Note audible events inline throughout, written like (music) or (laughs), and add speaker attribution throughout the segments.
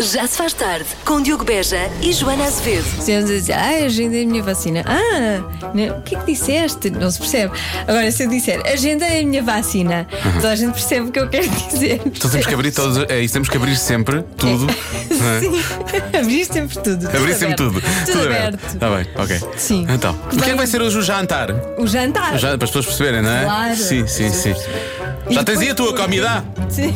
Speaker 1: Já se faz tarde com Diogo Beja e Joana Azevedo.
Speaker 2: Os senhores dizem, ah, agendei a minha vacina. Ah, não, o que é que disseste? Não se percebe. Agora, se eu disser, agendei a minha vacina, toda a gente percebe o que eu quero dizer.
Speaker 3: Uhum. Então temos que abrir
Speaker 2: (laughs)
Speaker 3: todos. É isso, temos que abrir sempre tudo. não é?
Speaker 2: Sim, (laughs) abrir sempre tudo. tudo
Speaker 3: Abrir sempre
Speaker 2: aberto.
Speaker 3: tudo.
Speaker 2: Tudo, aberto.
Speaker 3: Está bem, ok.
Speaker 2: Sim.
Speaker 3: Então, o que é que
Speaker 2: bem.
Speaker 3: vai ser hoje o jantar?
Speaker 2: O jantar.
Speaker 3: O jantar, para as pessoas perceberem, não é?
Speaker 2: Claro.
Speaker 3: Sim, sim, sim.
Speaker 2: E
Speaker 3: Já tens aí a
Speaker 2: depois
Speaker 3: tua comida?
Speaker 2: Sim.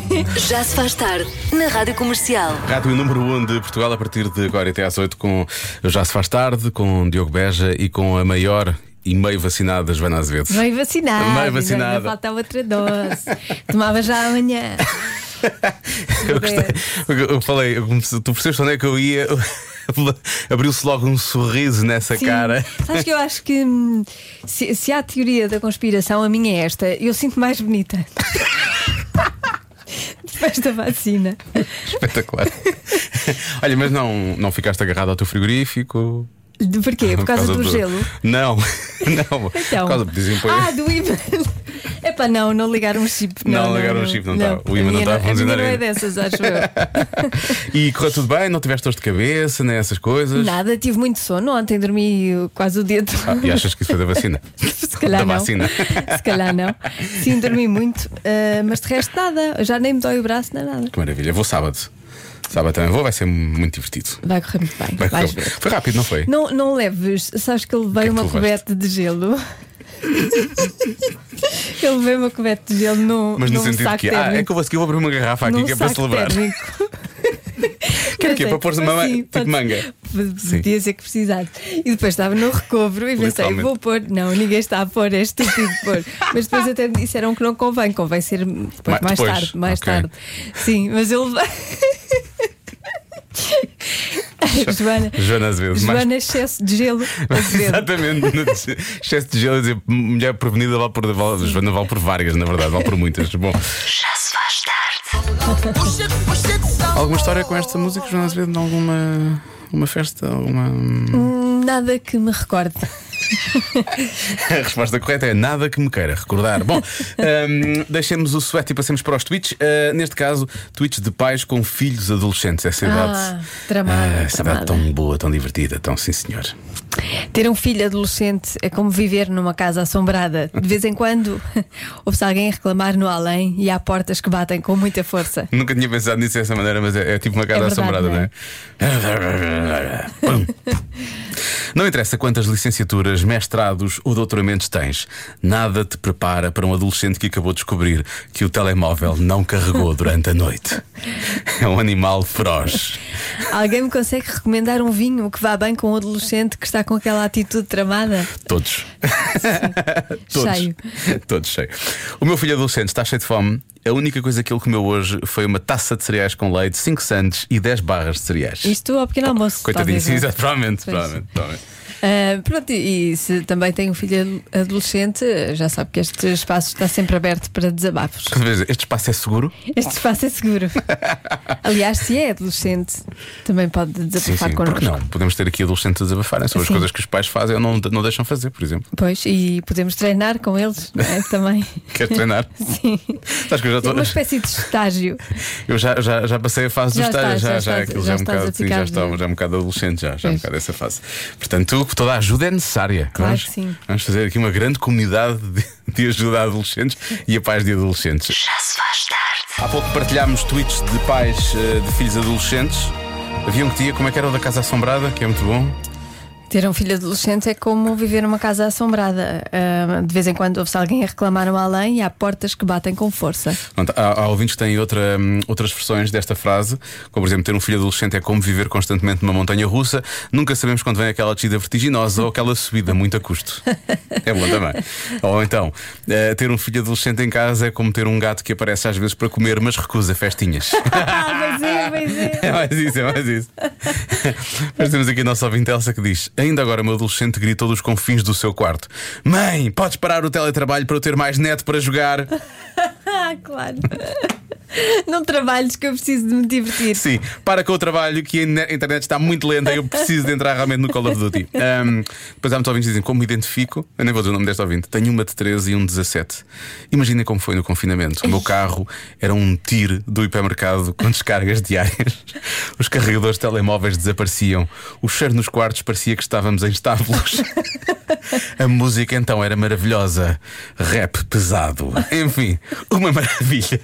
Speaker 1: Já se faz tarde na Rádio Comercial.
Speaker 3: Rádio número 1 de Portugal a partir de agora até às 8 com o Já se faz tarde, com Diogo Beja e com a maior e meio vacinada Joana Azevedo.
Speaker 2: Bem vacinada.
Speaker 3: Bem vacinada.
Speaker 2: Ainda falta outra dose. Tomava já
Speaker 3: (laughs)
Speaker 2: amanhã.
Speaker 3: (laughs) Eu gostei. Eu eu falei, eu comecei- tu percebes onde é que eu ia? (laughs) Abriu-se logo um sorriso nessa
Speaker 2: Sim.
Speaker 3: cara.
Speaker 2: Sabes que eu acho que hum, se, se há teoria da conspiração, a minha é esta. Eu sinto mais bonita. (laughs) Depois da vacina. (laughs)
Speaker 3: Espetacular. Olha, mas não, não ficaste agarrado ao teu frigorífico?
Speaker 2: De- Porquê? É, Por causa, do, gelo?
Speaker 3: Não, (laughs) não.
Speaker 2: Então.
Speaker 3: Por causa do desempenho.
Speaker 2: Ah, do imã. Epá, não, não ligaram um chip.
Speaker 3: Não, ligaram o chip, não tá. O imã
Speaker 2: A
Speaker 3: não
Speaker 2: minha
Speaker 3: tá a
Speaker 2: A minha
Speaker 3: funcionar
Speaker 2: não é
Speaker 3: ainda.
Speaker 2: dessas, acho
Speaker 3: (laughs)
Speaker 2: eu.
Speaker 3: E correu tudo bem? Não tiveste dor de cabeça, nem essas coisas?
Speaker 2: Nada, tive muito sono. Ontem dormi quase o dia todo.
Speaker 3: Ah, e achas assim, né? que isso foi da vacina?
Speaker 2: (laughs) Se calhar
Speaker 3: da
Speaker 2: não.
Speaker 3: vacina.
Speaker 2: (laughs) Se calhar não. Sim, dormi muito, ah, mas de resto nada. Já nem me dói o braço, não é nada.
Speaker 3: Que maravilha. Vou sábado. Sábado também vou, vai ser muito divertido.
Speaker 2: Vai correr muito bem,
Speaker 3: Vai
Speaker 2: vais
Speaker 3: correr.
Speaker 2: ver.
Speaker 3: foi rápido, não foi?
Speaker 2: Não, não leves, sabes que eu levei
Speaker 3: que é que
Speaker 2: uma
Speaker 3: tu
Speaker 2: cubete de
Speaker 3: (laughs)
Speaker 2: gelo. eu levei uma cubete de gelo num,
Speaker 3: Mas no
Speaker 2: num
Speaker 3: sentido
Speaker 2: saco
Speaker 3: que, ah, é
Speaker 2: térmico.
Speaker 3: que eu vou, eu vou abrir uma garrafa aqui
Speaker 2: num
Speaker 3: que é para
Speaker 2: saco
Speaker 3: celebrar.
Speaker 2: térmico.
Speaker 3: Que é (laughs) o quê?
Speaker 2: Pensei,
Speaker 3: Para pôr-se
Speaker 2: tipo
Speaker 3: uma
Speaker 2: assim,
Speaker 3: manga? Tipo
Speaker 2: pode-
Speaker 3: manga.
Speaker 2: P-
Speaker 3: Sim.
Speaker 2: Podia ser que precisasse. E depois estava no recobro e pensei,
Speaker 3: Literalmente.
Speaker 2: vou pôr. Não, ninguém está a pôr, é estúpido pôr. Mas depois até me disseram que não convém, convém ser depois,
Speaker 3: Ma-
Speaker 2: mais
Speaker 3: depois,
Speaker 2: tarde, mais
Speaker 3: ok.
Speaker 2: tarde. Sim, mas eu
Speaker 3: (laughs)
Speaker 2: levei. Joana,
Speaker 3: Joana Azevedo. mais-
Speaker 2: Joana, excesso de
Speaker 3: (laughs)
Speaker 2: gelo. Azevedo.
Speaker 3: Exatamente, no excesso de gelo, a dizer, mulher prevenida vale por, vale, Joana vale por várias, na verdade, vale por muitas. Bom,
Speaker 1: Já se faz tarde.
Speaker 3: alguma história com esta música, Joana Azevedo, de alguma uma festa? Alguma...
Speaker 2: Nada que me recorde.
Speaker 3: A resposta correta é nada que me queira recordar. Bom, hum, deixemos o sweat e passemos para os tweets. Ah, neste caso, tweets de pais com filhos adolescentes. Essa idade.
Speaker 2: Ah, tramada,
Speaker 3: Ah, essa
Speaker 2: tramada.
Speaker 3: idade tão boa, tão divertida, tão sim, senhor.
Speaker 2: Ter um filho adolescente é como viver numa casa assombrada. De vez em quando, (laughs) ouve-se alguém reclamar no além e há portas que batem com muita força.
Speaker 3: Nunca tinha pensado nisso dessa maneira, mas é, é tipo uma casa
Speaker 2: É verdade,
Speaker 3: assombrada, não
Speaker 2: não
Speaker 3: é? Pum. (laughs) Não interessa quantas licenciaturas, mestrados ou doutoramentos tens, nada te prepara para um adolescente que acabou de descobrir que o telemóvel não carregou durante a noite. É um animal feroz.
Speaker 2: Alguém me consegue recomendar um vinho que vá bem com um adolescente que está com aquela atitude tramada?
Speaker 3: Todos. Todos.
Speaker 2: Cheio.
Speaker 3: Todos cheio. O meu filho adolescente está cheio de fome. A única coisa que ele comeu hoje foi uma taça de cereais com leite, 5 sandes e 10 barras de cereais.
Speaker 2: Isto ao pequeno almoço.
Speaker 3: Coitadinho,
Speaker 2: talvez,
Speaker 3: sim,
Speaker 2: não é?
Speaker 3: exato,
Speaker 2: Pois.
Speaker 3: provavelmente, provavelmente, provavelmente.
Speaker 2: Ah, pronto, e se também tem um filho ad- adolescente, já sabe que este espaço está sempre aberto para desabafos.
Speaker 3: Quer dizer, Este espaço é seguro?
Speaker 2: Este espaço é
Speaker 3: (laughs)
Speaker 2: seguro. Aliás, se é adolescente, também pode desabafar
Speaker 3: porque
Speaker 2: connosco.
Speaker 3: não? Podemos ter aqui adolescentes a desabafarem sobre as
Speaker 2: Sim.
Speaker 3: coisas que os pais fazem ou não, não deixam fazer, por exemplo.
Speaker 2: Pois, e podemos treinar com eles não é? também.
Speaker 3: Quer treinar?
Speaker 2: (laughs) Sim.
Speaker 3: Sabes que eu já
Speaker 2: É
Speaker 3: estou.
Speaker 2: uma espécie de estágio.
Speaker 3: Eu já, já, já passei a fase do
Speaker 2: Já
Speaker 3: estágio,
Speaker 2: estás,
Speaker 3: já,
Speaker 2: já
Speaker 3: já,
Speaker 2: estás-
Speaker 3: aquilo
Speaker 2: já
Speaker 3: já, é um
Speaker 2: estás
Speaker 3: bocado,
Speaker 2: a
Speaker 3: sim, já
Speaker 2: ficar
Speaker 3: está,
Speaker 2: de-
Speaker 3: já é um bocado adolescente, já, já é um
Speaker 2: Pois.
Speaker 3: bocado essa fase. Portanto, toda a ajuda é necessária.
Speaker 2: Claro
Speaker 3: vamos,
Speaker 2: que sim.
Speaker 3: vamos fazer aqui uma grande comunidade de, de ajuda a adolescentes e a pais de adolescentes.
Speaker 1: Já se faz tarde.
Speaker 3: Há pouco partilhámos tweets de pais eh, de filhos adolescentes. Havia um que tinha como é que era o da Casa Assombrada, que é muito bom.
Speaker 2: Ter um filho adolescente é como viver numa casa assombrada. Ah, de vez em quando ouve-se alguém a reclamar no além e há portas que batem com força.
Speaker 3: Pronto, há, há ouvintes que têm outra, hum, outras versões desta frase, como por exemplo, ter um filho adolescente é como viver constantemente numa montanha russa, nunca sabemos quando vem aquela descida vertiginosa ou aquela subida muito a custo. É bom também. Ou então, eh, ter um filho adolescente em casa é como ter um gato que aparece às vezes para comer, mas recusa festinhas.
Speaker 2: Ah, mas é, mas é.
Speaker 3: É mais isso, é mais isso. Mas temos aqui a nossa ouvinte Elsa que diz: Ainda agora, meu adolescente gritou dos confins do seu quarto: Mãe, podes parar o teletrabalho para eu ter mais neto para jogar?
Speaker 2: Ah, claro. Não trabalhes que eu preciso de me divertir.
Speaker 3: Sim, para com o trabalho que a ne- a internet está muito lenta e eu preciso de entrar realmente no Call of Duty. Ahm, depois há muitos ouvintes que dizem como me identifico. Eu nem vou dizer o nome deste ouvinte. Tenho uma de 13 e um de 17. Imaginem como foi no confinamento. O meu carro era um tir do hipermercado com descargas diárias. (laughs) Os carregadores de telemóveis desapareciam. O cheiro nos quartos parecia que estávamos em estábulos. A música então era maravilhosa. Rap pesado. Enfim, uma maravilha.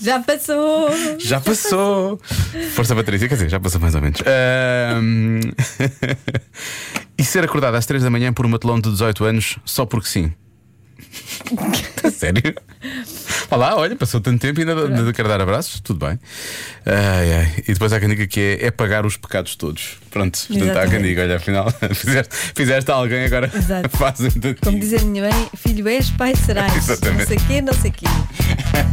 Speaker 2: Já passou!
Speaker 3: Já passou. Força, Patrícia, quer dizer, já passou mais ou menos. Ahm, (laughs) e ser acordado às 3 da manhã por uma telão de 18 anos só porque sim. (laughs) A Sério? Olá, olha, passou tanto tempo e ainda ainda quero dar abraços, tudo bem. Ai, ai. E depois há quem diga que é, é pagar os pecados todos. Pronto, portanto há quem
Speaker 2: Exatamente.
Speaker 3: diga, olha, afinal, (laughs) fizeste, fizeste a alguém, agora
Speaker 2: Exato.
Speaker 3: fazem de ti.
Speaker 2: Como diz a minha mãe, filho és, pai serás.
Speaker 3: Exatamente.
Speaker 2: Não sei quê, não sei quê.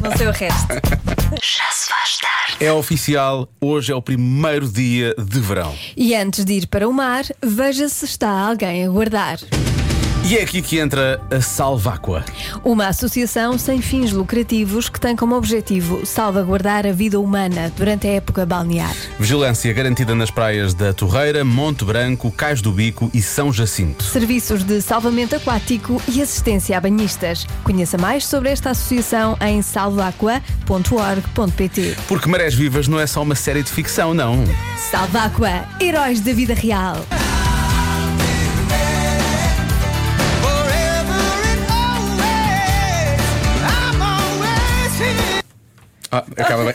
Speaker 2: Não sei o resto.
Speaker 1: Já se faz tarde.
Speaker 3: É oficial, hoje é o primeiro dia de verão.
Speaker 2: E antes de ir para o mar, veja se está alguém a guardar.
Speaker 3: E é aqui que entra a Salváqua.
Speaker 2: Uma associação sem fins lucrativos que tem como objetivo salvaguardar a vida humana durante a época balnear.
Speaker 3: Vigilância garantida nas praias da Torreira, Monte Branco, Cais do Bico e São Jacinto.
Speaker 2: Serviços de salvamento aquático e assistência a banhistas. Conheça mais sobre esta associação em salvaqua.org.pt.
Speaker 3: Porque Marés Vivas não é só uma série de ficção, não.
Speaker 2: Salvaqua, heróis da vida (laughs) real.
Speaker 4: Forever and always, I'm always here.
Speaker 3: Ah, acaba
Speaker 2: (laughs)
Speaker 3: bem.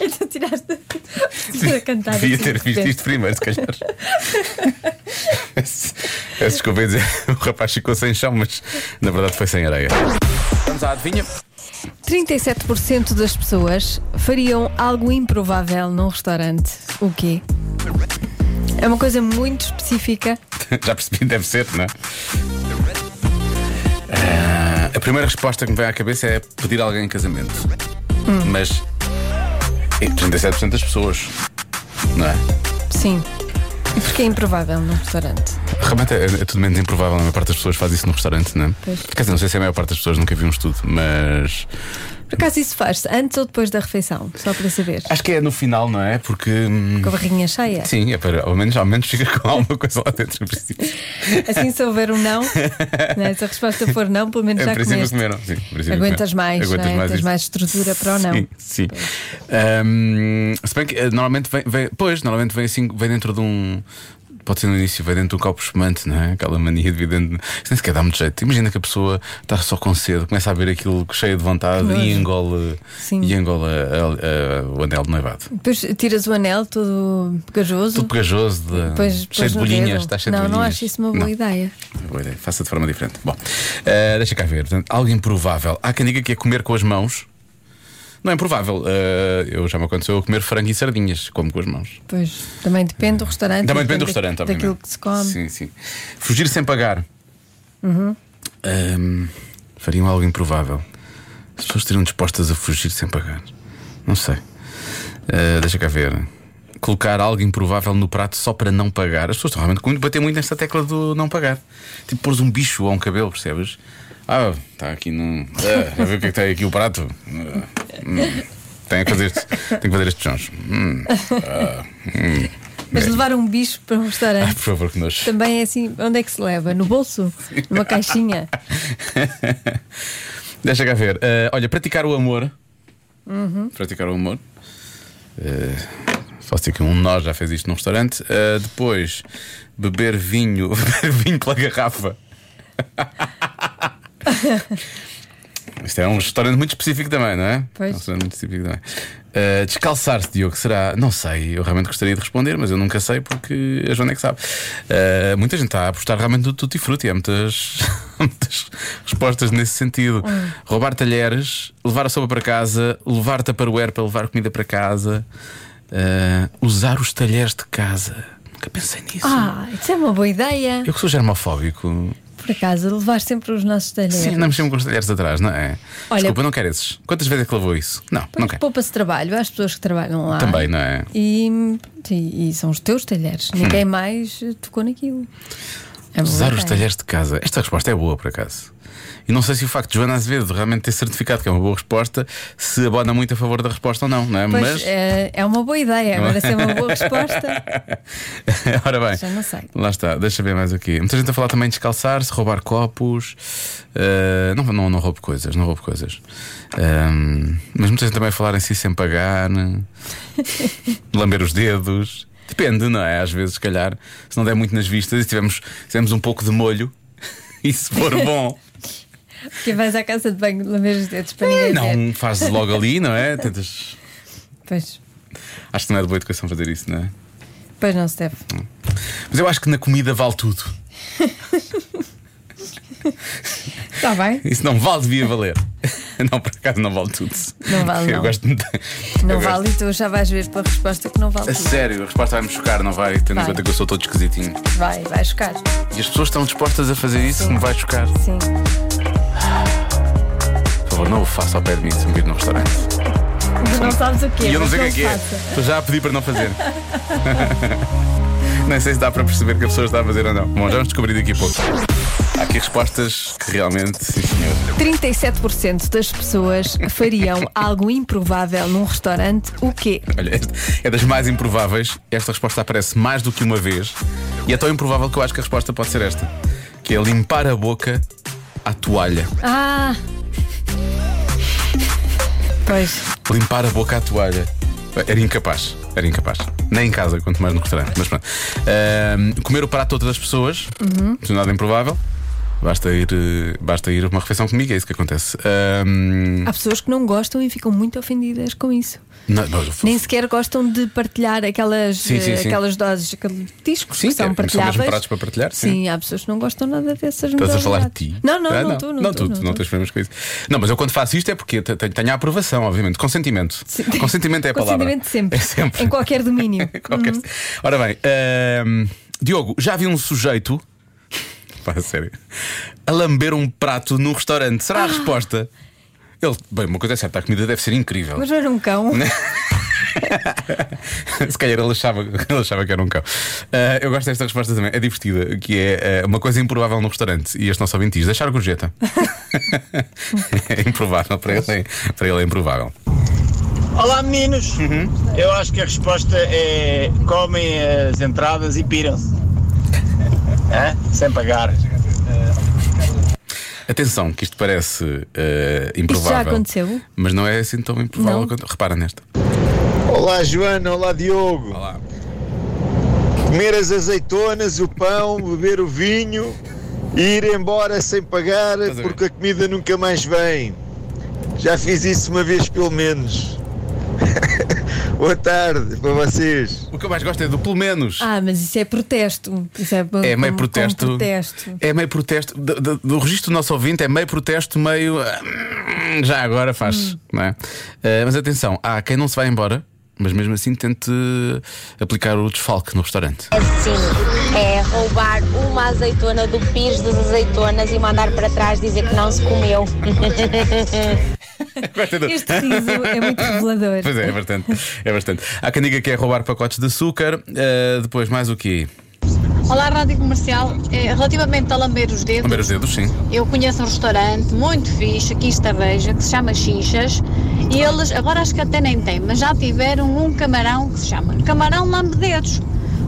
Speaker 2: Então tiraste a cantar. assim,
Speaker 3: Devia ter visto isto primeiro, se calhar.
Speaker 2: (laughs)
Speaker 3: Peço peço desculpa em dizer, o rapaz ficou sem chão, mas na verdade foi sem areia. Vamos à adivinha.
Speaker 2: 37% das pessoas fariam algo improvável num restaurante. O quê? É uma coisa muito específica.
Speaker 3: (laughs) Já percebi, deve ser, não é? Ah, a primeira resposta que me vem à cabeça é pedir alguém em casamento. Mas é 37% das pessoas, não é?
Speaker 2: Sim. E porque é improvável num restaurante?
Speaker 3: Realmente é, é tudo menos improvável, a maior parte das pessoas faz isso no restaurante, não é?
Speaker 2: Pois.
Speaker 3: Quer dizer, não sei se é a maior parte das pessoas, nunca vi um estudo, mas.
Speaker 2: Por acaso isso faz-se antes ou depois da refeição? Só para saber.
Speaker 3: Acho que é no final, não é? Porque. hum,
Speaker 2: Com a barriguinha cheia?
Speaker 3: Sim, é para, ao, menos, ao menos fica com alguma coisa lá dentro. Em princípio,
Speaker 2: Assim, se houver um
Speaker 3: (laughs)
Speaker 2: não, né, se a resposta for não, pelo menos
Speaker 3: É, Em
Speaker 2: já
Speaker 3: princípio
Speaker 2: comeste.
Speaker 3: comeram. Sim, em princípio
Speaker 2: Aguentas
Speaker 3: comeram.
Speaker 2: mais, não é? tens
Speaker 3: isso.
Speaker 2: mais estrutura para o não.
Speaker 3: Sim, sim. Ahm, se bem que eh, normalmente vem, vem- Pois, normalmente vem assim, vem dentro de um. Pode ser no início, vem dentro de um copo espumante, não é? Aquela mania de vir dentro. Isso nem sequer dá muito jeito. Imagina que a pessoa está só com sede, começa a ver aquilo cheio de vontade
Speaker 2: Que nojo.
Speaker 3: e engola,
Speaker 2: Sim.
Speaker 3: e engola a- a- a- o anel de noivado.
Speaker 2: Depois tiras o anel todo pegajoso.
Speaker 3: Tudo pegajoso, de-
Speaker 2: Depois,
Speaker 3: cheio
Speaker 2: depois
Speaker 3: de
Speaker 2: no
Speaker 3: bolinhas,
Speaker 2: dedo.
Speaker 3: está cheio
Speaker 2: não,
Speaker 3: de bolinhas.
Speaker 2: não acho isso uma boa
Speaker 3: Não.
Speaker 2: ideia.
Speaker 3: Boa ideia, faça de forma diferente. Bom, eh, deixa cá ver. Portanto, algo improvável. Há quem diga que é comer com as mãos. Não é improvável. Eh, eu já me aconteceu eu comer frango e sardinhas, como com as mãos.
Speaker 2: Pois, também depende do restaurante.
Speaker 3: Também depende do restaurante,
Speaker 2: da-
Speaker 3: obviamente.
Speaker 2: Daquilo que se come.
Speaker 3: Sim, sim. Fugir sem pagar. Ahm, fariam algo improvável. As pessoas estariam dispostas a fugir sem pagar. Não sei. Eh, deixa cá ver. Colocar algo improvável no prato só para não pagar. As pessoas estão realmente com muito- bater muito nesta tecla do não pagar. Tipo, pôres um bicho ou um cabelo, percebes? Ah, está aqui num. Ah, já ver o que é que tem aqui o prato? Ah, hum. Tenho que fazer este, tenho que fazer estes sons. Hum. Ah, hum.
Speaker 2: Mas
Speaker 3: É.
Speaker 2: levar um bicho para um
Speaker 3: Ah, (laughs)
Speaker 2: restaurante
Speaker 3: por favor, que nós.
Speaker 2: também é assim. Onde é que se leva? No bolso? Numa caixinha?
Speaker 3: Deixa cá ver. Eh, olha, praticar o amor. Praticar o amor. Eh, só sei que um de nós já fez isto num restaurante. Eh, depois, beber vinho, (laughs) beber vinho pela garrafa. Isto é um restaurante muito específico também, não é?
Speaker 2: Pois.
Speaker 3: É um restaurante muito específico também. Eh, Descalçar-se, Diogo, será? Não sei, eu realmente gostaria de responder, mas eu nunca sei porque a Joana é que sabe. Eh, muita gente está a apostar realmente no Tutti Frutti, há muitas, (laughs) muitas respostas nesse sentido.
Speaker 2: Hum.
Speaker 3: Roubar talheres, levar a sopa para casa, levar taparoeira para levar comida para casa, eh, usar os talheres de casa. Nunca pensei nisso.
Speaker 2: Ah, isso é uma boa ideia.
Speaker 3: Eu que sou germofóbico.
Speaker 2: Por acaso, levar sempre os nossos talheres.
Speaker 3: Sim, não mexemos com os talheres atrás, não é?
Speaker 2: Olha-
Speaker 3: Desculpa, não quero esses. Quantas vezes é que lavou isso? Não, não
Speaker 2: Pois
Speaker 3: quero.
Speaker 2: poupa-se trabalho às pessoas que trabalham lá.
Speaker 3: Também, não é?
Speaker 2: E, e- e são os teus talheres. Ninguém mais eh, tocou naquilo. É boa
Speaker 3: Hum. Usar os
Speaker 2: ideia.
Speaker 3: talheres de casa. Esta resposta é boa, por acaso. E não sei se o facto de Joana Azevedo realmente ter certificado que é uma boa resposta se abona muito a favor da resposta ou não, não é?
Speaker 2: Pois
Speaker 3: Mas.
Speaker 2: é, é uma boa ideia, agora se é uma boa resposta.
Speaker 3: (laughs) Ora bem.
Speaker 2: Já não sei.
Speaker 3: Lá está, deixa ver mais aqui. Muita gente a falar também de descalçar-se, roubar copos. eh, não, não, não roubo coisas, não roubo coisas. Ahm, mas muita gente também a falar em si
Speaker 2: (laughs)
Speaker 3: sem pagar, né? lamber os dedos. Depende, não é? Às vezes, se calhar, se não der muito nas vistas e tivermos, tivermos um pouco de molho, (laughs) e se for bom.
Speaker 2: Que vais à casa de banho lamer os dedos para ninguém ver.
Speaker 3: É, Não fazes logo ali,
Speaker 2: (laughs)
Speaker 3: não é? Tentas...
Speaker 2: Pois,
Speaker 3: Acho que não é de boa educação fazer isso, não é?
Speaker 2: pois não se deve.
Speaker 3: Mas eu acho que na comida vale tudo.
Speaker 2: Está Tá bem?
Speaker 3: Isso não vale, devia
Speaker 2: (laughs)
Speaker 3: valer. Não, por acaso não vale tudo.
Speaker 2: Não vale,
Speaker 3: Eu
Speaker 2: não.
Speaker 3: gosto muito.
Speaker 2: Não
Speaker 3: eu gosto-
Speaker 2: vale e tu já vais ver pela resposta que não vale.
Speaker 3: A sério, a resposta vai-me chocar, não vai? Tendo em
Speaker 2: Vai.
Speaker 3: conta que eu sou todo esquisitinho.
Speaker 2: Vai, vai chocar.
Speaker 3: E as pessoas estão dispostas a fazer isso,
Speaker 2: Sim.
Speaker 3: me vai chocar.
Speaker 2: Sim.
Speaker 3: Por favor, não o faça ao pé de mim se me vir no restaurante.
Speaker 2: Tu não sabes o que é.
Speaker 3: E eu não
Speaker 2: mas
Speaker 3: sei o que é que é.
Speaker 2: se faça.
Speaker 3: Estou já a pedir para não fazer. (laughs) Nem sei se dá para perceber que a pessoa está a fazer ou não. Bom, já vamos descobrir daqui a pouco. Há aqui respostas que realmente, sim senhor.
Speaker 2: 37% das pessoas
Speaker 3: (laughs)
Speaker 2: fariam algo improvável num restaurante, o quê?
Speaker 3: Olha, este é das mais improváveis. Esta resposta aparece mais do que uma vez. E é tão improvável que eu acho que a resposta pode ser esta: que é limpar a boca à toalha.
Speaker 2: Ah! Pois,
Speaker 3: Limpar a boca à toalha. Era incapaz, era incapaz. Nem em casa, quanto mais no restaurante. Mas pronto. Ahm, comer o prato de outras pessoas,
Speaker 2: Uhum.
Speaker 3: não é nada improvável. Basta ir, eh, basta ir a uma refeição comigo, é isso que acontece. Ahm,
Speaker 2: há pessoas que não gostam e ficam muito ofendidas com isso.
Speaker 3: não, não,
Speaker 2: Ah, Nem sequer gostam de partilhar aquelas,
Speaker 3: Sim, sim,
Speaker 2: eh,
Speaker 3: sim.
Speaker 2: aquelas doses, aqueles tiscos
Speaker 3: Sim,
Speaker 2: que são
Speaker 3: é, são mesmo
Speaker 2: partilháveis.
Speaker 3: pratos para partilhar, sim.
Speaker 2: Sim. há pessoas que não gostam nada dessas
Speaker 3: Estás a
Speaker 2: modalidades.
Speaker 3: falar de ti?
Speaker 2: Não, não,
Speaker 3: Ah,
Speaker 2: não, tu, não,
Speaker 3: não,
Speaker 2: tu,
Speaker 3: tu,
Speaker 2: não,
Speaker 3: tu
Speaker 2: tu.
Speaker 3: não tens problemas com isso. Não, mas eu quando faço isto é porque te- tenho, tenho a aprovação, obviamente.
Speaker 2: (laughs)
Speaker 3: Consentimento.
Speaker 2: Sim.
Speaker 3: Consentimento é a palavra.
Speaker 2: Consentimento sempre.
Speaker 3: (laughs) É sempre.
Speaker 2: Em qualquer
Speaker 3: (laughs)
Speaker 2: domínio. Hum.
Speaker 3: Qualquer- Ora bem, ahm, Diogo, já vi um sujeito. (laughs) Pá, a sério. A lamber um prato num restaurante. Será
Speaker 2: Ah.
Speaker 3: a resposta? Ele, bem, uma coisa é certa, a comida deve ser incrível.
Speaker 2: Mas não era um cão.
Speaker 3: (laughs) é Se calhar ele achava, (laughs) ele achava que era um cão. Ah, eu gosto desta resposta também, é divertida, que é ah, uma coisa improvável no restaurante. E este nosso ouvinte diz: deixar gorjeta.
Speaker 2: (laughs)
Speaker 3: (laughs) é improvável, para ele, é- para ele é improvável.
Speaker 5: Olá meninos! Eu acho que a resposta é comem as entradas e piram-se. Hã? Sem pagar.
Speaker 3: Atenção, que isto parece ah, improvável.
Speaker 2: aconteceu?
Speaker 3: Mas não é assim tão improvável
Speaker 2: Não.
Speaker 3: quanto. Repara nesta.
Speaker 5: Olá Joana, olá Diogo.
Speaker 3: Olá.
Speaker 5: Comer as azeitonas, o pão, beber o vinho e ir embora sem pagar
Speaker 3: a ver?
Speaker 5: porque a comida nunca mais vem. Já fiz isso uma vez pelo menos. (laughs) Boa tarde para vocês.
Speaker 3: O que eu mais gosto é do pelo menos.
Speaker 2: Ah, mas isso é protesto. Isso é,
Speaker 3: É meio
Speaker 2: como-
Speaker 3: protesto,
Speaker 2: como protesto.
Speaker 3: É meio protesto. Do, do, do registro do nosso ouvinte é meio protesto, meio. ah, hum, Já agora faz. Não é? Ah, mas atenção, há quem não se vai embora, mas mesmo assim tente aplicar o desfalque no restaurante.
Speaker 6: Assim, é roubar uma azeitona do pires das azeitonas e mandar para trás dizer que não se comeu.
Speaker 2: Este riso é muito revelador.
Speaker 3: (laughs) Pois é, é bastante. É bastante. Há quem diga que é roubar pacotes de açúcar, ah, depois mais o quê?
Speaker 7: Olá, Rádio Comercial. Eh, Relativamente a lamber os dedos,
Speaker 3: Lamber os dedos, sim.
Speaker 7: eu conheço um restaurante muito fixe aqui em Estaveja que se chama Xixas e eles, agora acho que até nem tem, mas já tiveram um camarão que se chama Camarão Lambe Dedos.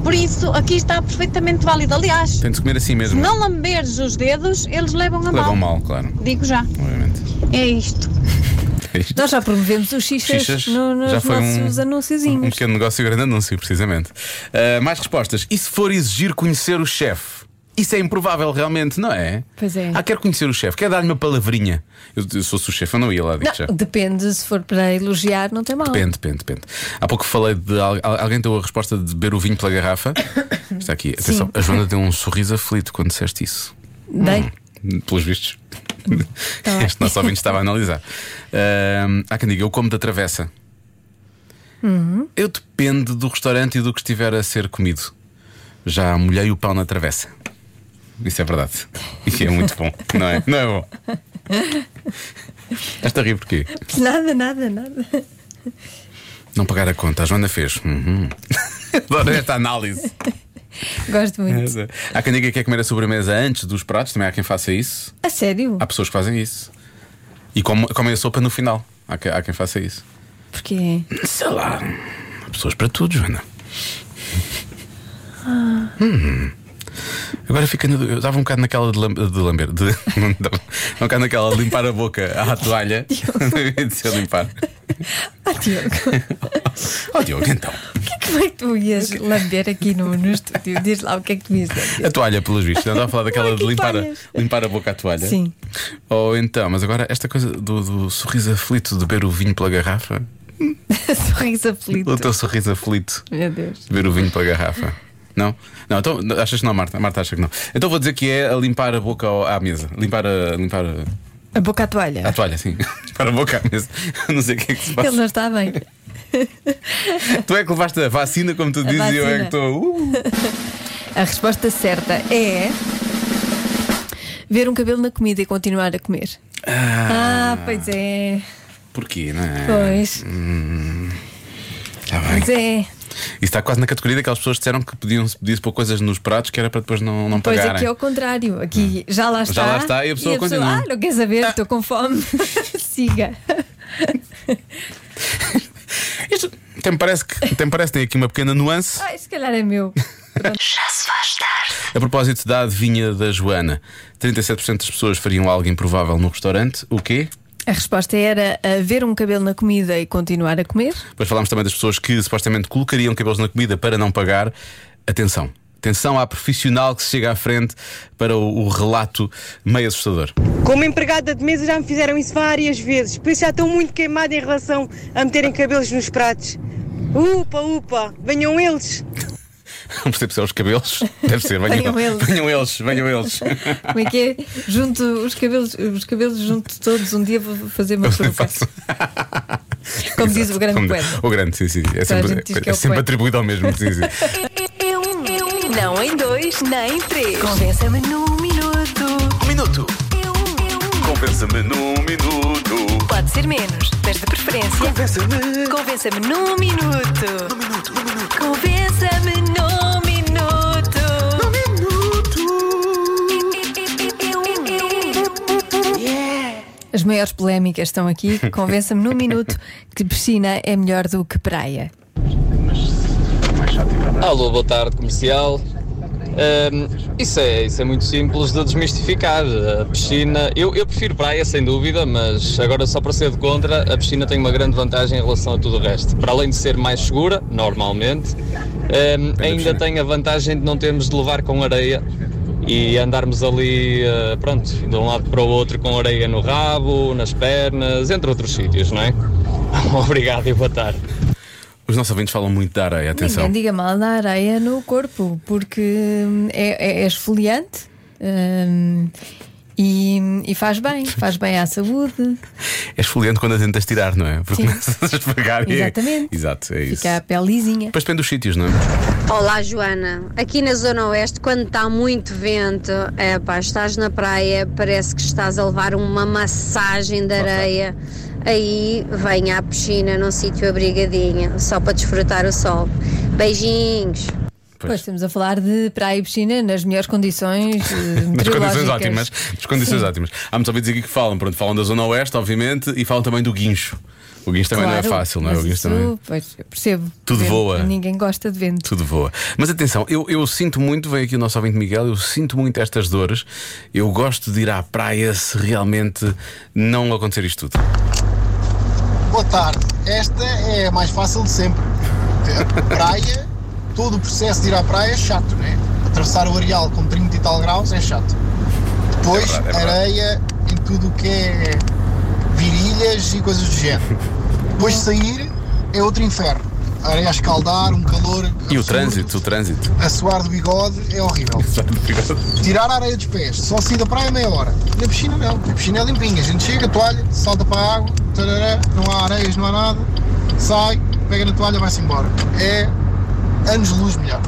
Speaker 7: Por isso, aqui está perfeitamente válido. Aliás,
Speaker 3: Tem de se comer assim
Speaker 7: se
Speaker 3: mesmo.
Speaker 7: não lamberes os dedos, eles levam a mal.
Speaker 3: Levam mal, claro.
Speaker 7: Digo já.
Speaker 3: Obviamente.
Speaker 7: É isto.
Speaker 3: É isto.
Speaker 2: Nós já promovemos os xixas,
Speaker 3: Xixas,
Speaker 2: no- nos
Speaker 3: já foi
Speaker 2: nossos
Speaker 3: um, um
Speaker 2: anunciozinhos.
Speaker 3: pequeno negócio e grande anúncio, precisamente. Ah, mais respostas. E se for exigir conhecer o chefe? Isso é improvável, realmente, não é?
Speaker 2: Pois é.
Speaker 3: Ah, quero conhecer o chefe, quer dar-lhe uma palavrinha. Eu, eu sou o chefe, eu não ia lá, digo já.
Speaker 2: Não, depende, se for para elogiar, não tem mal.
Speaker 3: é Depende, depende, depende. Há pouco falei de. al- al- Alguém deu a resposta de beber o vinho pela garrafa. (coughs) Está aqui. Atenção,
Speaker 2: Sim.
Speaker 3: a Joana deu um sorriso aflito quando disseste isso.
Speaker 2: Dei.
Speaker 3: Pelos vistos.
Speaker 2: bem.
Speaker 3: (laughs) Este nosso ouvinte estava a analisar. Ahm, há quem diga, eu como da travessa. Eu dependo do restaurante e do que estiver a ser comido. Já molhei o pão na travessa. Isso é verdade. E é muito bom, não é? Não é bom? Estás a rir porquê?
Speaker 2: Nada, nada, nada.
Speaker 3: (laughs) Não pagar a conta, a Joana fez. Uhum. Adoro esta análise.
Speaker 2: Gosto muito.
Speaker 3: Há quem diga que quer comer a sobremesa antes dos pratos, também há quem faça isso.
Speaker 2: A sério?
Speaker 3: Há pessoas que fazem isso. E come- comem a sopa no final. Há, que- há quem faça isso.
Speaker 2: Porquê?
Speaker 3: Sei lá. Há pessoas para tudo, Joana.
Speaker 2: Ah.
Speaker 3: Hum. Agora fica na dú- Eu estava um bocado naquela de, lam- de lamber. De, (laughs) estava um bocado naquela de limpar a boca
Speaker 2: (laughs)
Speaker 3: à toalha. (laughs) Devia de ser limpar.
Speaker 2: Ah, Tiago,
Speaker 3: Oh, Diogo, então.
Speaker 2: como é que tu ias lamber aqui no, no estúdio? Diz lá o que é que tu ias lamber.
Speaker 3: A toalha, pelos vistos. Não estava a falar daquela
Speaker 2: Não,
Speaker 3: de
Speaker 2: que
Speaker 3: limpar a,
Speaker 2: toalhas?
Speaker 3: limpar a boca à toalha.
Speaker 2: Sim.
Speaker 3: Ou então, mas agora esta coisa do, do sorriso aflito de beber o vinho pela garrafa.
Speaker 2: (laughs) Sorriso aflito.
Speaker 3: O teu sorriso aflito
Speaker 2: Meu Deus.
Speaker 3: de beber o vinho pela garrafa. Não? Não, então achas que não, Marta? A Marta acha que não. Então vou dizer que é a limpar a boca ao- à mesa. Limpar a. Limpar a,
Speaker 2: A boca à toalha.
Speaker 3: à toalha, sim. (laughs) limpar a boca à mesa. (laughs) Não sei o que é que se passa.
Speaker 2: É. Ele não está bem.
Speaker 3: Tu é que levaste a vacina, como tu dizes, e eu
Speaker 2: vacina.
Speaker 3: é que estou. uh.
Speaker 2: A resposta certa é. Ver um cabelo na comida e continuar a comer. Ah, pois é.
Speaker 3: Porquê, não é?
Speaker 2: Pois.
Speaker 3: Está bem.
Speaker 2: Pois é.
Speaker 3: Isso está quase na categoria daquelas pessoas que disseram que podiam, podia-se pôr coisas nos pratos que era para depois não, não
Speaker 2: Pois
Speaker 3: pagarem. Hum.
Speaker 2: aqui é o contrário. Aqui já lá está.
Speaker 3: lá está e a pessoa continua.
Speaker 2: Ah, não quer saber, estou com fome. (laughs) Siga.
Speaker 3: (laughs) Isto até me parece que até me parece que tem aqui uma pequena nuance.
Speaker 2: Ai, se calhar é meu.
Speaker 1: Já se faz tarde.
Speaker 3: A propósito da adivinha da Joana, 37% das pessoas fariam algo improvável no restaurante. O quê?
Speaker 2: A resposta era a ver um cabelo na comida e continuar a comer.
Speaker 3: Depois falámos também das pessoas que supostamente colocariam cabelos na comida para não pagar. Atenção. Atenção à profissional que se chega à frente para o, o relato meio assustador. (laughs)
Speaker 8: Como empregada de mesa já me fizeram isso várias vezes, por isso já estou muito queimada em relação a meterem cabelos nos pratos. Upa, upa, venham eles!
Speaker 3: Não percebo se é os cabelos. Deve ser. Venham,
Speaker 2: Venham eles.
Speaker 3: Venham eles.
Speaker 2: (laughs)
Speaker 3: Venham eles. (laughs)
Speaker 2: Como é que é? Junto os cabelos, os cabelos junto todos. Um dia vou fazer uma peruca. Como diz o grande
Speaker 3: Como-
Speaker 2: poeta.
Speaker 3: O grande, sim, sim. É
Speaker 2: a
Speaker 3: sempre,
Speaker 2: gente diz que é
Speaker 3: é
Speaker 2: o
Speaker 3: sempre
Speaker 2: poeta.
Speaker 3: atribuído ao mesmo. Sim, sim.
Speaker 1: É um, é um. Não em dois, nem em três. Convença-me num minuto.
Speaker 3: Um minuto.
Speaker 1: É um, é um.
Speaker 3: (laughs) Compensa-me num minuto.
Speaker 1: Pode ser menos, mas de preferência. Convença-me. Convença-me num minuto. Num minuto, num minuto. Convença-me num minuto. Num minuto.
Speaker 2: As maiores polémicas estão aqui. Convença-me num minuto que piscina é melhor do que praia.
Speaker 9: Alô, boa tarde, comercial. Ahm, isso, é, isso é muito simples de desmistificar. A piscina, eu, eu prefiro praia sem dúvida, mas agora só para ser de contra, a piscina tem uma grande vantagem em relação a tudo o resto. Para além de ser mais segura, normalmente, ahm, ainda
Speaker 3: piscina.
Speaker 9: tem a vantagem de não termos de levar com areia e andarmos ali, ah, pronto, de um lado para o outro com areia no rabo, nas pernas, entre outros sítios, não é? (laughs) Obrigado e boa tarde.
Speaker 3: Os nossos ouvintes falam muito da areia, atenção.
Speaker 2: Ninguém diga mal da areia no corpo, porque hum, é, é- é esfoliante hum, e, e faz bem, faz bem à saúde,
Speaker 3: É esfoliante quando a tentas tirar, não é?
Speaker 2: Sim.
Speaker 3: Porque (laughs) começas a esfregar e. é-
Speaker 2: Exatamente.
Speaker 3: Exato, é isso.
Speaker 2: fica a pele lisinha.
Speaker 3: Depois depende dos sítios, não é?
Speaker 10: Olá, Joana. Aqui na Zona Oeste, quando está muito vento, é pá, estás na praia, parece que estás a levar uma massagem de areia. Aí vem à piscina, num sítio abrigadinho, só para desfrutar o sol. Beijinhos.
Speaker 3: Pois.
Speaker 2: Pois estamos a falar de praia e piscina nas melhores condições eh,
Speaker 3: (laughs) Nas condições
Speaker 2: meteorológicas.
Speaker 3: ótimas. Nas condições ótimas. Há muitos ouvintes aqui que falam, pronto, falam da Zona Oeste, obviamente, e falam também do guincho. O guincho também não é
Speaker 2: Claro,
Speaker 3: fácil, não é? O
Speaker 2: mas
Speaker 3: guincho
Speaker 2: isso,
Speaker 3: também.
Speaker 2: Pois, eu percebo.
Speaker 3: Tudo
Speaker 2: Vento,
Speaker 3: voa.
Speaker 2: Ninguém gosta de vento.
Speaker 3: Tudo voa. Mas atenção, eu, eu sinto muito, vem aqui o nosso ouvinte Miguel, eu sinto muito estas dores. Eu gosto de ir à praia se realmente não acontecer isto tudo.
Speaker 5: Boa tarde. Esta é a mais fácil de sempre. A praia, todo o processo de ir à praia é chato, né? Atravessar o areal com 30 e tal graus é chato. Depois,
Speaker 3: É verdade, é verdade.
Speaker 5: areia em tudo o que é virilhas e coisas do género. Depois de sair, é outro inferno. A areia a escaldar, um calor.
Speaker 3: E o
Speaker 5: absurdo,
Speaker 3: trânsito, o trânsito.
Speaker 5: A suar do bigode é horrível. Tirar a areia dos pés, só sair da praia meia hora. Na piscina não, a piscina é limpinha. A gente chega, toalha, salta para a água, tarará, não há areias, não há nada, sai, pega na toalha, vai-se embora. É anos-luz melhor.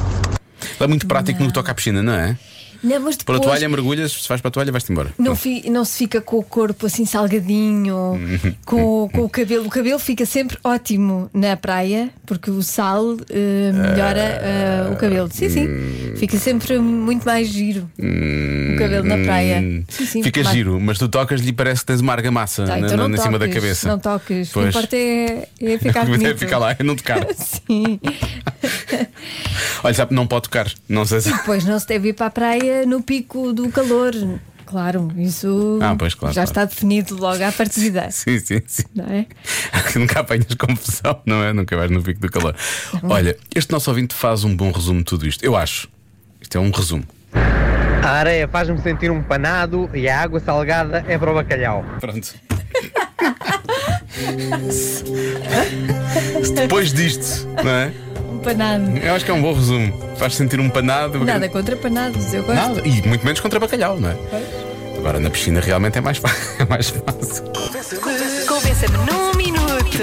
Speaker 3: É muito prático no que toca à piscina, não é?
Speaker 2: Não, mas
Speaker 3: Para
Speaker 2: depois
Speaker 3: a toalha, mergulhas, se vais para a toalha, vais-te embora. Então,
Speaker 2: não, fi- não se fica com o corpo assim salgadinho,
Speaker 3: (laughs)
Speaker 2: com, o- com o cabelo. O cabelo fica sempre ótimo na praia, porque o sal eh, melhora eh, o cabelo. Sim, sim.
Speaker 3: Ah,
Speaker 2: Fica sempre muito mais giro o cabelo na praia.
Speaker 3: Hum,
Speaker 2: Sim, sim,
Speaker 3: Fica
Speaker 2: mais-
Speaker 3: giro, mas tu tocas-lhe e parece que tens uma argamassa
Speaker 2: Tá,
Speaker 3: na,
Speaker 2: então
Speaker 3: na-
Speaker 2: não
Speaker 3: em cima da
Speaker 2: toques,
Speaker 3: cabeça.
Speaker 2: Não toques. O que
Speaker 3: Pois.
Speaker 2: importa é, é
Speaker 3: (laughs)
Speaker 2: ficar
Speaker 3: Mas é
Speaker 2: bonito.
Speaker 3: ficar lá, é não tocar.
Speaker 2: (laughs) Sim.
Speaker 3: Olha, sabe, não pode tocar. Não sei se. (laughs)
Speaker 2: Pois não se deve ir para a praia no pico do calor. Claro, isso
Speaker 3: Ah, pois, claro,
Speaker 2: já
Speaker 3: claro.
Speaker 2: está definido logo à partida.
Speaker 3: Sim, sim, sim. (laughs)
Speaker 2: Não é?
Speaker 3: Nunca apanhas confusão, não é? Nunca vais no pico do calor. Olha, este nosso ouvinte faz um bom resumo de tudo isto. Eu acho. Isto é um resumo.
Speaker 11: A areia faz-me sentir um panado e a água salgada é para o bacalhau.
Speaker 3: Pronto. Depois disto, não é?
Speaker 2: Um panado.
Speaker 3: Eu acho que é um bom resumo. Faz sentir um panado.
Speaker 2: Nada contra panados, eu gosto.
Speaker 3: Nada. E muito menos contra bacalhau, não é? Agora na piscina realmente é mais, fa- (laughs) é mais fácil.
Speaker 1: Convença-me num minuto.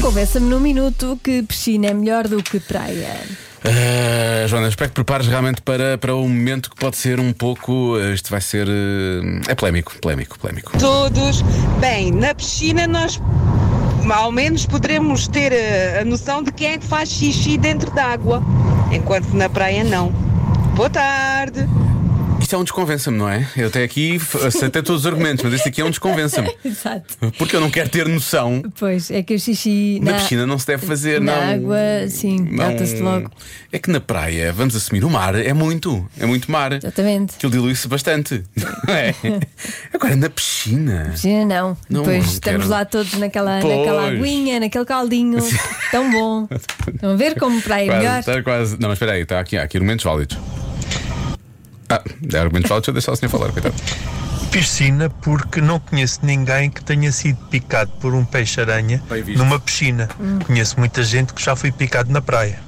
Speaker 2: Convença-me num minuto que piscina é melhor do que praia. (laughs)
Speaker 3: Ah, Joana, espero que prepares realmente para, para um momento que pode ser um pouco. ah, Isto vai ser. ah, é polémico, polémico, polémico.
Speaker 8: Todos. Bem, na piscina nós ao menos poderemos ter eh, a noção de quem é que faz xixi dentro d'água, enquanto na praia não. Boa tarde.
Speaker 3: Isto é um desconvença-me, não é? Eu até aqui f- aceitei todos os argumentos, mas este aqui é um desconvença-me.
Speaker 2: Exato.
Speaker 3: Porque eu não quero ter noção.
Speaker 2: Pois é que o xixi
Speaker 3: Na piscina não se deve fazer,
Speaker 2: na
Speaker 3: não.
Speaker 2: água, sim,
Speaker 3: Não-
Speaker 2: nota-se logo.
Speaker 3: É que na praia, vamos assumir, o mar é muito. É muito mar.
Speaker 2: Exatamente.
Speaker 3: Aquilo dilui-se bastante.
Speaker 2: (laughs)
Speaker 3: não é? Agora, na piscina.
Speaker 2: Piscina não.
Speaker 3: Não,
Speaker 2: Depois
Speaker 3: não
Speaker 2: estamos
Speaker 3: quero.
Speaker 2: lá todos naquela,
Speaker 3: Pois.
Speaker 2: naquela aguinha, naquele caldinho. Tão bom. Estão a ver como
Speaker 3: (laughs)
Speaker 2: praia é
Speaker 3: Quase, tá.
Speaker 2: melhor?
Speaker 3: está quase. Não, mas espera aí, está aqui, há aqui argumentos válidos. Ah, há argumentos válidos, deixa eu deixar o senhor falar, coitado.
Speaker 12: Piscina, porque não conheço ninguém que tenha sido picado por um peixe-aranha
Speaker 3: Bem visto.
Speaker 12: numa piscina. Conheço muita gente que já foi picado na praia.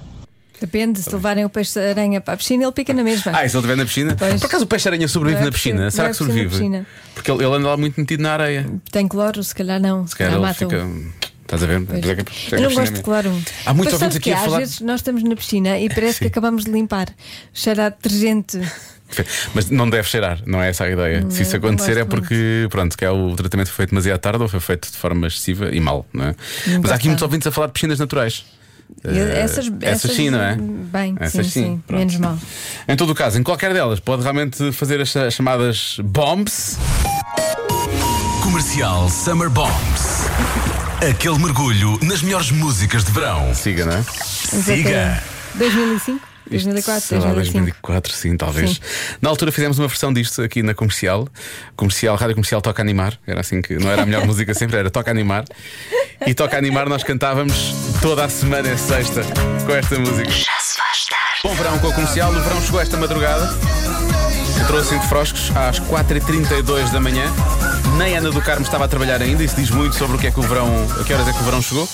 Speaker 2: Depende, se levarem o peixe-aranha para a piscina, ele pica na mesma.
Speaker 3: (laughs) Ah, e se ele estiver na piscina?
Speaker 2: Pois.
Speaker 3: Por acaso o peixe-aranha sobrevive
Speaker 2: Não é
Speaker 3: na piscina?
Speaker 2: possível,
Speaker 3: Será
Speaker 2: não é
Speaker 3: que
Speaker 2: possível na
Speaker 3: sobrevive? Porque ele, ele anda lá muito metido na areia.
Speaker 2: Tem cloro, se calhar não.
Speaker 3: Se calhar
Speaker 2: não
Speaker 3: ele fica. Estás a ver? Pois é que- pois
Speaker 2: Eu
Speaker 3: é que a
Speaker 2: não
Speaker 3: piscina é
Speaker 2: gosto de
Speaker 3: minha.
Speaker 2: cloro.
Speaker 3: Há muito
Speaker 2: Pois
Speaker 3: ouvintes
Speaker 2: sabe
Speaker 3: aqui
Speaker 2: que
Speaker 3: a
Speaker 2: às
Speaker 3: falar-
Speaker 2: vezes nós estamos na piscina e parece que acabamos de limpar. Cheira a detergente.
Speaker 3: Mas não deve cheirar, não é essa a ideia.
Speaker 2: Não,
Speaker 3: Se isso
Speaker 2: eu não
Speaker 3: acontecer é
Speaker 2: gosto muito.
Speaker 3: porque, pronto, que é o tratamento foi feito demasiado tarde ou foi feito de forma excessiva e mal, não é?
Speaker 2: Não
Speaker 3: Mas há aqui
Speaker 2: gosto.
Speaker 3: muitos ouvintes a falar de piscinas naturais.
Speaker 2: E
Speaker 3: Eh,
Speaker 2: essas, essas
Speaker 3: sim, não é?
Speaker 2: Bem,
Speaker 3: Essas
Speaker 2: sim, sim.
Speaker 3: sim, pronto.
Speaker 2: Menos mal.
Speaker 3: Em todo o caso, em qualquer delas, pode realmente fazer as cha- chamadas bombs.
Speaker 13: Comercial Summer Bombs. Aquele mergulho nas melhores músicas de verão.
Speaker 3: Siga, não é?
Speaker 13: Siga.
Speaker 2: 2005, 2004,
Speaker 3: Sei lá,
Speaker 2: 2005.
Speaker 3: 2004, sim, talvez.
Speaker 2: Sim.
Speaker 3: Na altura fizemos uma versão disto aqui na comercial. Comercial, Rádio Comercial Toca Animar. Era assim que não era a melhor música sempre, era Toca Animar. E Toca Animar nós cantávamos toda a semana, é sexta, com esta música. Já se faz tarde. Bom verão com a comercial. O verão chegou esta madrugada. Entrou assim de froscos às 4h32 da manhã. Nem Ana do Carmo estava a trabalhar ainda. Isso diz muito sobre o que é que o verão, a que horas é que o verão chegou.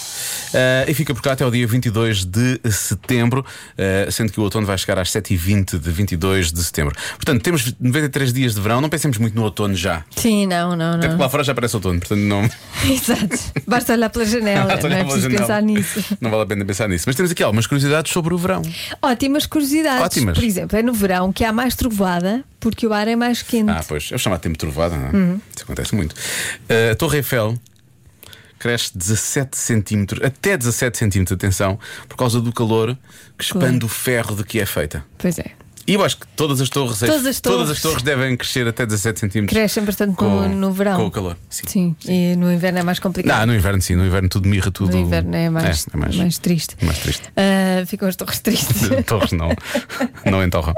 Speaker 3: Ah, e fica por cá até ao dia 22 de setembro, ah, sendo que o outono vai chegar às 7h20 de 22 de setembro. Portanto, temos 93 dias de verão. Não pensemos muito no outono já.
Speaker 2: Sim, não, não,
Speaker 3: Até porque
Speaker 2: não.
Speaker 3: lá fora já parece outono, portanto (laughs) não.
Speaker 2: (laughs) Exato. Basta olhar pela janela,
Speaker 3: Basta
Speaker 2: É, não é
Speaker 3: olhar pela
Speaker 2: preciso
Speaker 3: janela.
Speaker 2: pensar nisso.
Speaker 3: Não vale a pena pensar nisso. Mas temos aqui algumas curiosidades sobre o verão.
Speaker 2: Ótimas curiosidades.
Speaker 3: Ótimas.
Speaker 2: Por exemplo, é no verão que há mais trovoada porque o ar é mais quente.
Speaker 3: Ah, pois, é o chamado tempo trovado, não é?
Speaker 2: Uhum.
Speaker 3: Isso acontece muito. Uh, a Torre Eiffel cresce 17 centímetros, até 17 centímetros, atenção, por causa do calor que expande
Speaker 2: Claro.
Speaker 3: o ferro de que é feita.
Speaker 2: Pois é.
Speaker 3: E eu acho que todas as torres,
Speaker 2: Todas as
Speaker 3: todas
Speaker 2: torres.
Speaker 3: as torres devem crescer até 17 centímetros
Speaker 2: Crescem bastante
Speaker 3: com,
Speaker 2: no, no verão.
Speaker 3: com o calor. Sim.
Speaker 2: Sim, e no inverno é mais complicado.
Speaker 3: Não, no inverno sim, no inverno tudo mirra, tudo.
Speaker 2: No inverno é mais,
Speaker 3: é mais,
Speaker 2: mais... triste.
Speaker 3: mais triste.
Speaker 2: Ah, ficam as torres
Speaker 3: (laughs)
Speaker 2: tristes. (laughs)
Speaker 3: torres não, não entorram.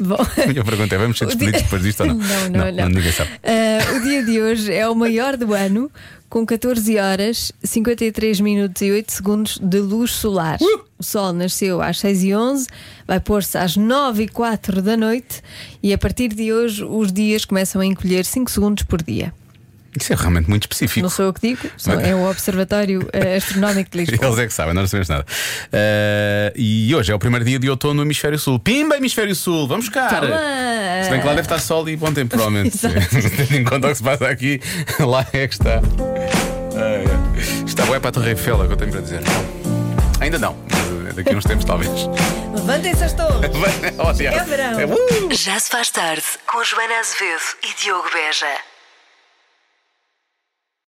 Speaker 2: Bom.
Speaker 3: A minha pergunta é: vamos ser
Speaker 2: O dia-
Speaker 3: despedidos depois disto ou não?
Speaker 2: (laughs) Não, não, não.
Speaker 3: ninguém sabe.
Speaker 2: Ah, o dia de hoje é o maior do ano, com 14 horas, 53 minutos e 8 segundos de luz solar.
Speaker 3: Uh!
Speaker 2: O sol nasceu às 6 e 11 vai pôr-se às 9 e 04 da noite e a partir de hoje os dias começam a encolher 5 segundos por dia.
Speaker 3: Isso é realmente muito específico.
Speaker 2: Não sou eu que digo, sou-
Speaker 3: Mas-
Speaker 2: é o Observatório eh, Astronómico
Speaker 3: (laughs)
Speaker 2: de Lisboa.
Speaker 3: Eles é que sabem, nós não sabemos nada. Eh, e hoje é o primeiro dia de outono no Hemisfério Sul. Pimba, Hemisfério Sul, vamos buscar!
Speaker 2: Toma!
Speaker 3: Se bem que lá deve estar sol e bom tempo, provavelmente.
Speaker 2: Tá (laughs) Exato.
Speaker 3: Tendo em conta o que se passa aqui, (laughs) lá é que está. Ah, é. está boa para a Torre Eiffel, é o que eu tenho para dizer. Ainda não. daqui a uns tempos, talvez. (laughs)
Speaker 2: Levantem-se as torres.
Speaker 3: Olha,
Speaker 2: É verão.
Speaker 3: é- uh!
Speaker 1: Já se faz tarde com Joana Azevedo e Diogo Beja.